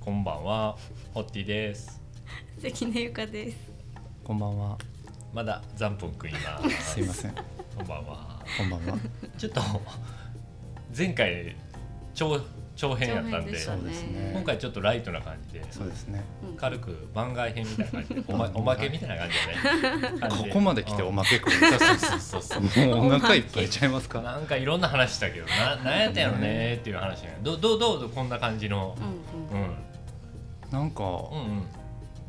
こんばんは、ホッティです。関根ゆかです。こんばんは。まだ残ンくんいます。すいません。こんばんは。こんばんは。ちょっと前回長長編やったんで、長編でしたそねうですね。今回ちょっとライトな感じで、そうですね。うん軽く番外編みたいな感じ で、おまうんおまけみたいな感じ でね。感じこでこまで来ておまけか。そうそうそうそうそう。もうお腹いっぱいちゃいます か。なんかいろんな話したけど、ななんやったんやろねっていう話ね。どうどうどうこんな感じのう、んうん、うんなんか、う。うん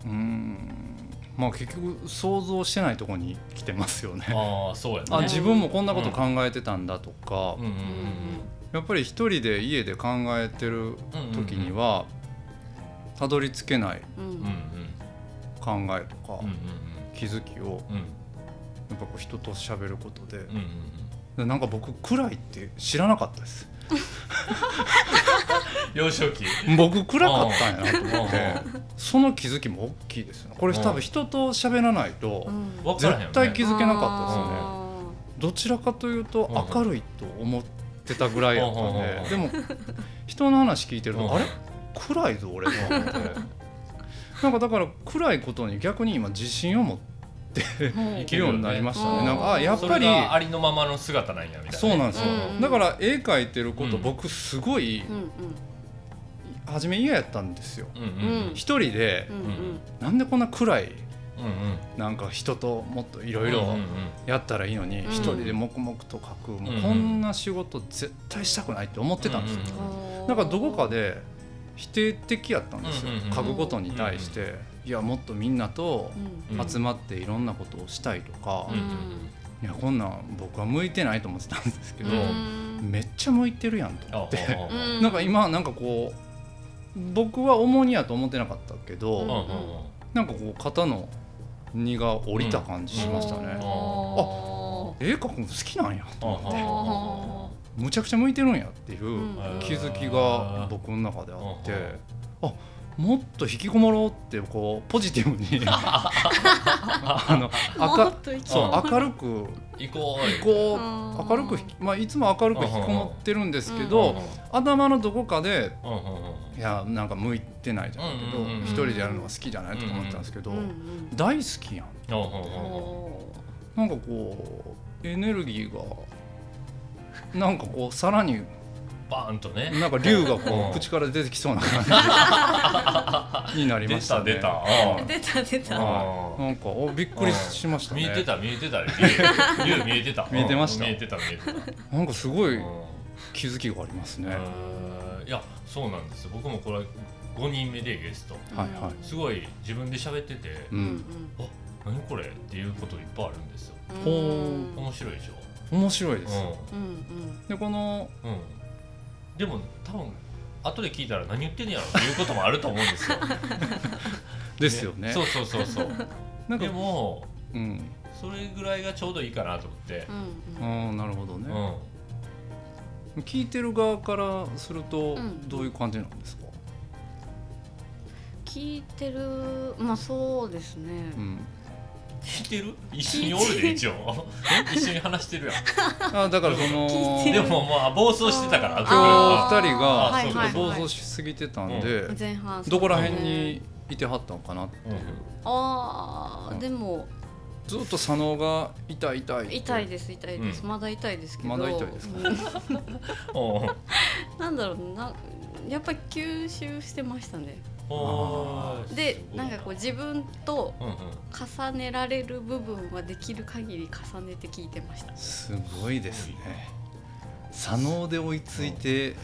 ーん。まあ結局想像してないとこに来てますよね。ああそうやね。あ、自分もこんなこと考えてたんだとかうん、うんうんやっぱり一人で家で考えてる時にはたどり着けないうんうんうんうんうん考えとかうん気づきをうんうんやっぱこう人と喋ることでうんうんうん。でなんか僕暗いって知らなかったです。幼少期僕暗かったんやなと思ってうその気づきも大きいですねこれうん多分人と喋らないとう んわからへんよね絶対気づけなかったですねあどちらかというとうん明るいと思ってたぐらいやったんうんででも人の話聞いてるうんとあれ暗いぞ俺と思ってなんかだから暗いことに逆に今自信を持ってーほういいけるようになりましたねなんかあやっそぱれりがありのままの姿なんやみたいなそうなんですようんだから絵描いてるこうとん僕すごいうん初め嫌やったんですようんうん一人でうんうんうんなんでこんな暗いうんうんなんか人ともっといいろいろやったらいいのにうん一人で黙々と書く、もうんうこんな仕事絶対したくないって思ってたんですよ、うんうん。だからどこかで否定的やったんですよ、うんうんうん書くことに対して、いやもっとみんなとうんうん集まっていろんなことをしたいとか、ううんんいやこんなん僕は向いてないと思ってたんですけど、うんめっちゃ向いてるやんと思あっあて、ああう なんか今なんかこう僕は重荷やと思ってなかったけど、うんああなんかこう肩の荷が下りた感じしましたね。お絵描くの好きなんやとああ思っあてあむちゃくちゃ向いてるんやっていうああ気づきが僕の中であってうあもっと引きこもろうってこうポジティブにあのも明っと生きてそう明るく行こうこあう明るく引き、まあ、いつも明るく引きこもってるんですけど頭のどこかでうんうんうんいやなんか向いてないじゃないけうどんうんうんうん一人でやるのが好きじゃないとか思ってたんですけどうんうん大好きやんああああおーなんかこうエネルギーがなんかこうさらにバーンとねなんか竜がうこんう口から出てきそうな感じになりましたね。出た出たはい出た出うんた。はいなんかおびっくりしましたね。見えてた見えてた竜竜見えてた見えてましたうん見えてた見えてたなんかすごういん気づきがありますね。はえーいやそうなんです僕もこれ5人目でゲストいはい。すごい自分で喋っててううんん、あ何これっていうこといっぱいあるんですようん。ほう面白いでしょ面白いです。うんうんでこのうん、うん、でも多分後で聞いたら何言ってんねやろっていうこともあると思うんですよ ですよね。そうそうそうそう なんかでもうん、それぐらいがちょうどいいかなと思ってう、あんーなるほどうね、ん、聞いてる側からするとうんどういう感じなんですか。聞いてるまあそうですね。 うん、聞いてる一緒におるで一応え 一緒に話してる やんあだからその聞いてでるももうあ暴走してたからあー後僕らからは二あ人ーがちょはいっとはい暴はい走しすぎてたんで、前半どこら辺にいてはったのかなっていう、ああでもずっと佐野が痛い痛いって痛いです痛いです、うまだ痛いですけどまだ痛いですかうんうんなんだろうなやっぱり吸収してましたねおーですごいなんかこう自分とうんうん重ねられる部分はできる限り重ねて聞いてましたすごいですね佐野で追いついてう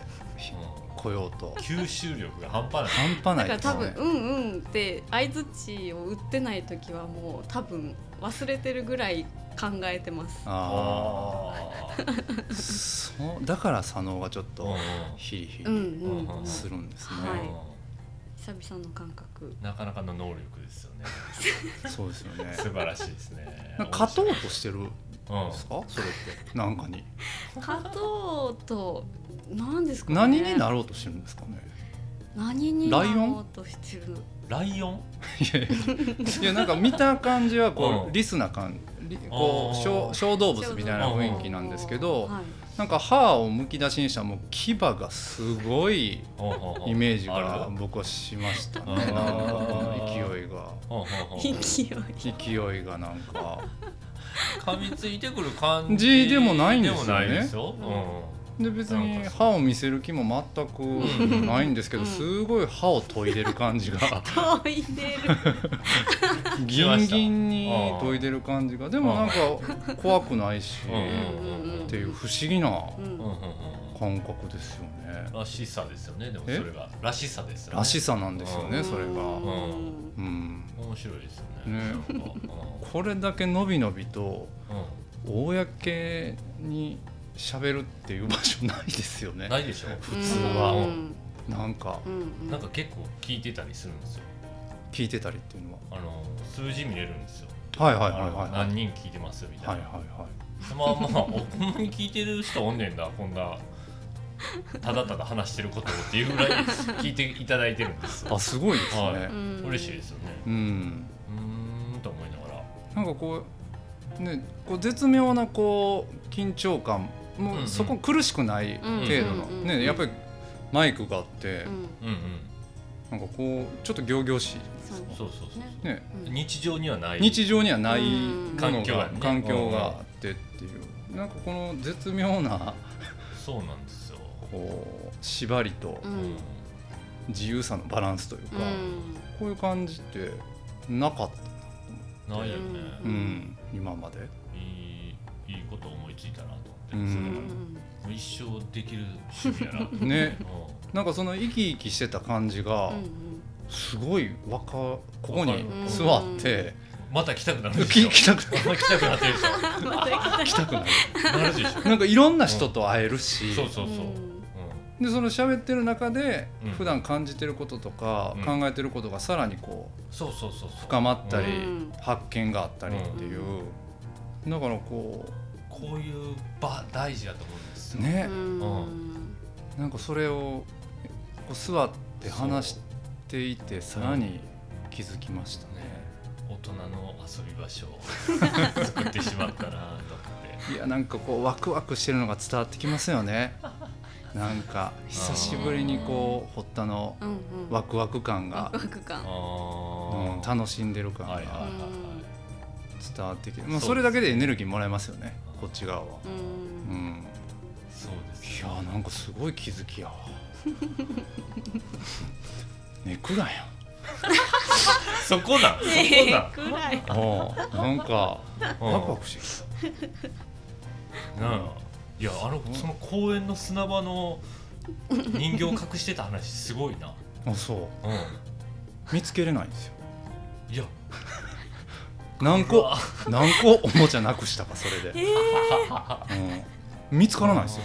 こようとん吸収力が半端ない半端だないからです多ね分「うんうん」って相づちを打ってない時はもう多分忘れてるぐらい考えてますあああそうだから佐野がちょっーうんうとんヒリヒうんリうん、うんうん、す久るんですね、はい々の感覚なかなかの能力ですよね。そうですよね素晴らしいです ね。なんか勝とうとしてるんうんですかそれってなんかに加藤と何ですかね何になろうとしてるんですかね何になろうとしてるライオン。いやいやいやなんか見た感じはこううんリスな感じあこーう小小動物みたいな雰囲気なんですけどはいなんか歯をむき出しにしたらもう牙がすごいほうほうほうイメージあがる僕はしましたねあー 勢いほうがほうほう勢 い勢いがなんか噛みついてくる感じでもないんですよねでもないでしょ、で別なんにかそう歯を見せる気も全くないんですけどうんすごい歯を研いでる感 じが研いでるギンギンに研いでる感じがでもなんか怖くないしうんうんっうんうんていう不思議なうんうんうんうん感覚ですよねらしさですよねでもそえれがらしさですよねらしさなんですようねそれがうんうん面白いですよねねなんかこれだけのびのびとうん公に喋るっていう場所ないですようねんないでしょ普うん通うはんなんかうんなんか結構聞いてたりするんですよ聞いてたりっていうのはあの数字見れるんですよはいはいはいあはのいはい何人聞いてますみたはいいなはまあまあ おほんまに聞いてる人おんねんだこんなただただ話してることをっていうぐらい聞いていただいてるんですいあよすごいですね、はうん嬉しいですよねうんうーんと思いながらなんかこうねこう絶妙なこう緊張感うんもううんそこ苦しくない程度の、うんうんうんうんねやっぱりマイクがあっうんうんて、うんなんかこうちょっと仰々しいそうねそうそうそうねねうん日常にはない日常にはないうんもの環境やがね環境があってっていうなんかこの絶妙なそうなんですよこう縛りとううんん自由さのバランスというか、うんこういう感じってなかった、ないよねうん今まで いいいいこと思いついたなとう思ってんそれうがもんう一生できる趣味やなうんねなんかその生き生きしてた感じが、うんすごいわかここにうん座って、また来たく なるでしきょ来たくなまた来たくなってるでしょまた来た来たくなるなるでしょなんかいろんな人と会えるし、そうそうそううんでその喋ってる中でうん普段感じてることとか、うん考えてることがさらにこうそうそうそうそう深まったり、うん発見があったりっていう、だからここういう場大事だと思うんですうよ、ねう、んなんかそれをこう座って話していてさらに気づきましたね。大人の遊び場所 を作ってしまったなと思っていやなんかこうワクワクしてるのが伝わってきますよね。 なんか久しぶりにこう堀田のうんうんワクワク感が、ワク感うあん、楽しんでる感あはいはいはがいはい伝わってきて、まあそそうですれだけでエネルギーもらえますよね。こっち側は。ううんん。そうですいやなんかすごい気づ きやわ。ネクラやそこなんそこなんねえ暗いん。おなんかうんワクワクしてきなあいやあのその公園の砂場の人形を隠してた話すごいな、た。あそう。うん、見つけれないんですよ。いや何う個わ何個おもちゃなくしたかそれで。うん、 見つからないんですよ。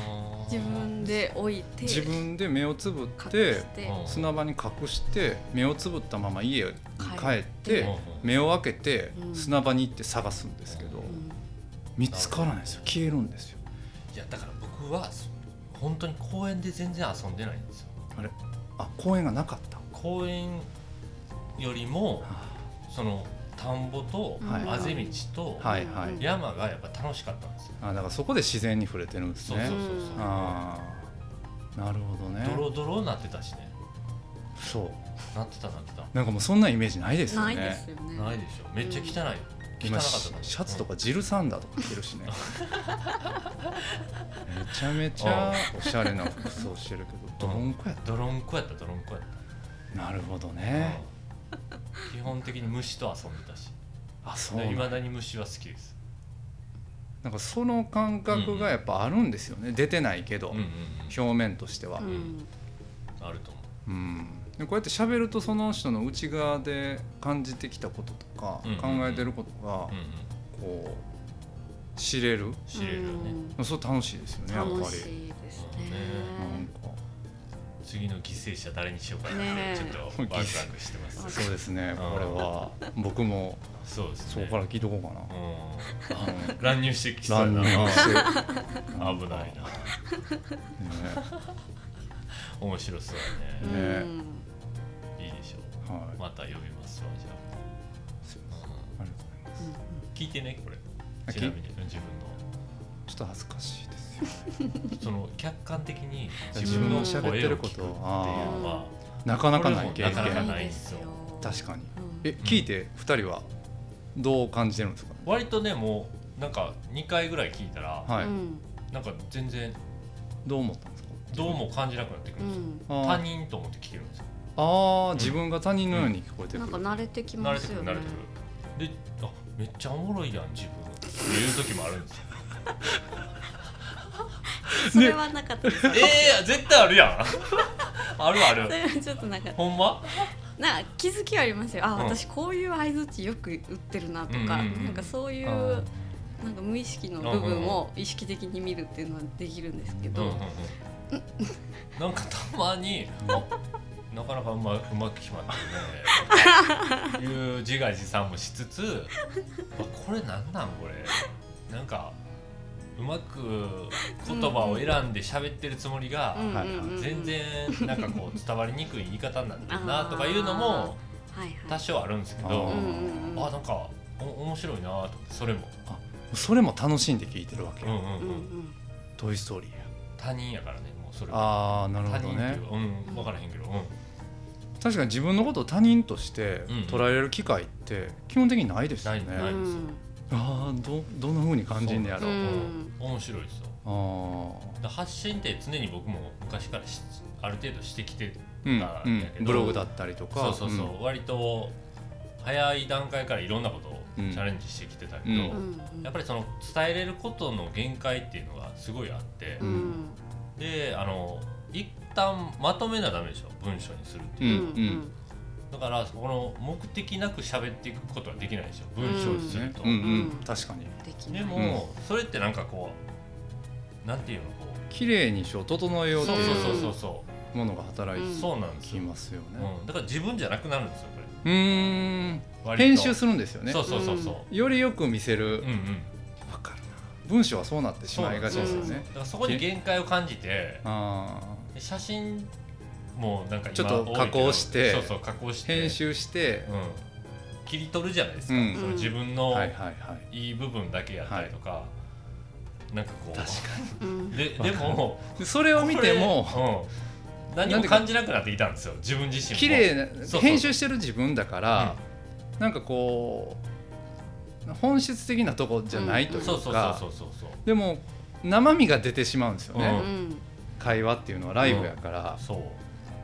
自分で置いて自分で目をつぶっ隠てしてうん砂場に隠して目をつぶったまま家に帰ってうん目を開けてうん砂場に行って探すんですけどうん見つからないんですよ消えるんですよいやだから僕はそ本当に公園で全然遊んでないんですよあ公園がなかった公園よりもその田んぼとはいあぜ道とはいはいうん山がやっぱ楽しかったんですよ、あだからそこで自然に触れてるんですそうそうねそうそうああなるほどねドロドロなってたしねそうなってたなってたなんかもうそんなイメージないですよないですねよねないでしょめっちゃ汚いよ、汚今かっシたなシャツとかジルサンダーとか着てるしねめちゃめちゃおしゃれな服装してるけどどんこやっドロンコやったドロンコやった、たなるほどねうん基本的に虫と遊んでたしあそうなんいだまだに虫は好きです、なんかその感覚がやっぱあるんですよね、出てないけど、うんうんうん、表面としては、ううんんあると思でこうやって喋るとその人の内側で感じてきたこととか、うんうん考えてることがう、うんうん、こう知れる、知れるよね、そう楽しいですよねやっぱり楽しいですなんねか次の犠牲者誰にしようかなって、ねえちょっとワクワクしてますそうですねうんこれは僕もそうですそねこから聞いとこうか なううんん乱入してきそう乱やな入して危ないなね面白そうやね、ねいいでしょうはい、また呼びますわじゃすいまあ、せんありがとうございますうん聞いてねこれあちなみに自分のちょっと恥ずかしいですよその客観的に自自分分のの喋っ声てを聞るくこっていうとのあはーなかなかない経験なかなかない確かにうんえ聞いて2人はどう感じてるんですか、割とねもうなんか2回ぐらい聞いたら、はいうんなんか全然どう思ったんですかどうも感じなくなってくうるんですよ、ん他あー人と思って聞けるんですよあーん自分が他人のように聞こえてくなんる、か慣れてき慣まれてすくよるね慣れてくるであめっちゃおもろいやん自分っていう時もあるんですよそれはなかったです、ええ絶対あるやん あるあそるれはちょっとなんかほんまなんか気づきはありますよあ、うん私こういう相づちよく打ってるなとか、うんうんうんなんかそういうあなんか無意識の部分を意識的に見るっていうのはできるんですけうんど、うんうんなんかたまにあなかなかうまうまく決まったねとかいう自画自賛もしつ つあこれなんなんこれなんかうまく言葉を選んで喋ってるつもりが、うんうんはいうんうん全然なんかこう伝わりにくい言い方になってるなとかいうのもはいはい多少あるんですけあどうんーうんうんあなんかお面白いなと思ってそれも、それも楽しんで聞いてるわけ、うんうんうんううん、んトイ・ストーリーや他人やからねもうそれはああなる他人ほっどてねいうか、うん、分からへんけど、うん確かに自分のことを他人としてうんうん捉える機会って基本的にないですよね、ないないああどどんな風に感じんねやろうう、ん面白いですよあーだから発信って常に僕も昔からしある程度してきてうんだうんやけどブログだったりとかそうそうそう、割と早い段階からいろんなことをチャレンジしてきてたけど、うんうんやっぱりその伝えれることの限界っていうのがすごいあって、うりんであの一旦まとめなダメでしょ文章にするってういんう、うんだからこの目的なく喋っていくことはできないでしょ文章にするねと、うんうんうん確かにできなでいも、それってなんかこうなんていうのこう綺麗にしよう整えようってそういそううそうそうそものが働う、うんそうなんですきよ、ますよねうん、だから自分じゃなくなるんですよこれうーん割と編集するんですよねそうそうそうそよりよく見せう、るうんうん、わかるな文章はそうなってしまいがちですよそうそうねだからそこに限界を感じてあーで写真もなんか今ちょっと加工して多いけどそうそう加工して編、集してうん、切り取るじゃないですか、うんその自分のはいはいはいいい部分だけやったりとか、なんかこう確かうんででもにそれを見てもこれうん、何も感じなくなっていたんですよ自分自身も綺麗なそうそう編集してる自分だから、なんかこう本質的なとこじゃないといそううそうかそうそうそうでも生身が出てしまうんですようね、ん会話っていうのはライブやから、そうそう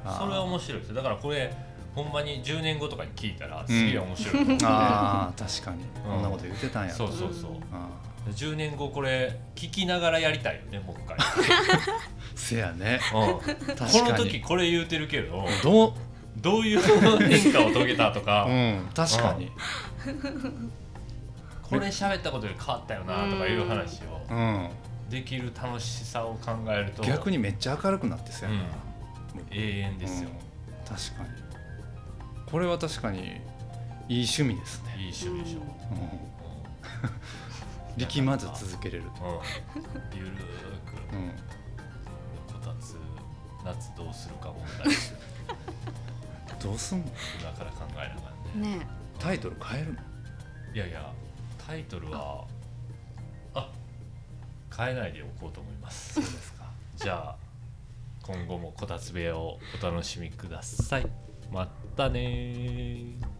あーそれは面白いですよだからこれほんまに10年後とかに聞いたらすげえ面 白い、あー確かに、うんこんなこと言ってたんやそうそうそううんあー10年後これ聞きながらやりたいよねもう一回、 せやねうん、こ確のか時にこれ言うてるけどどう、どういう変化を遂げたと か、うん、確かに、これ喋ったことで変わったよなとかいう話をうん、できる楽しさを考えると逆にめっちゃ明るくなってそうやな、うん永遠ですよ、確かにこれは確かにいい趣味ですね、いい趣味でしょ、うん、う力まず続けれると、んうん、ゆるーくうんこたつ夏どうするか問題どうすんの今から考えながらねねタイトル変えるのいやいやタイトルはあ変えないでおこうと思いますそうですかじゃあ今後もこたつ部屋をお楽しみくださいまたねー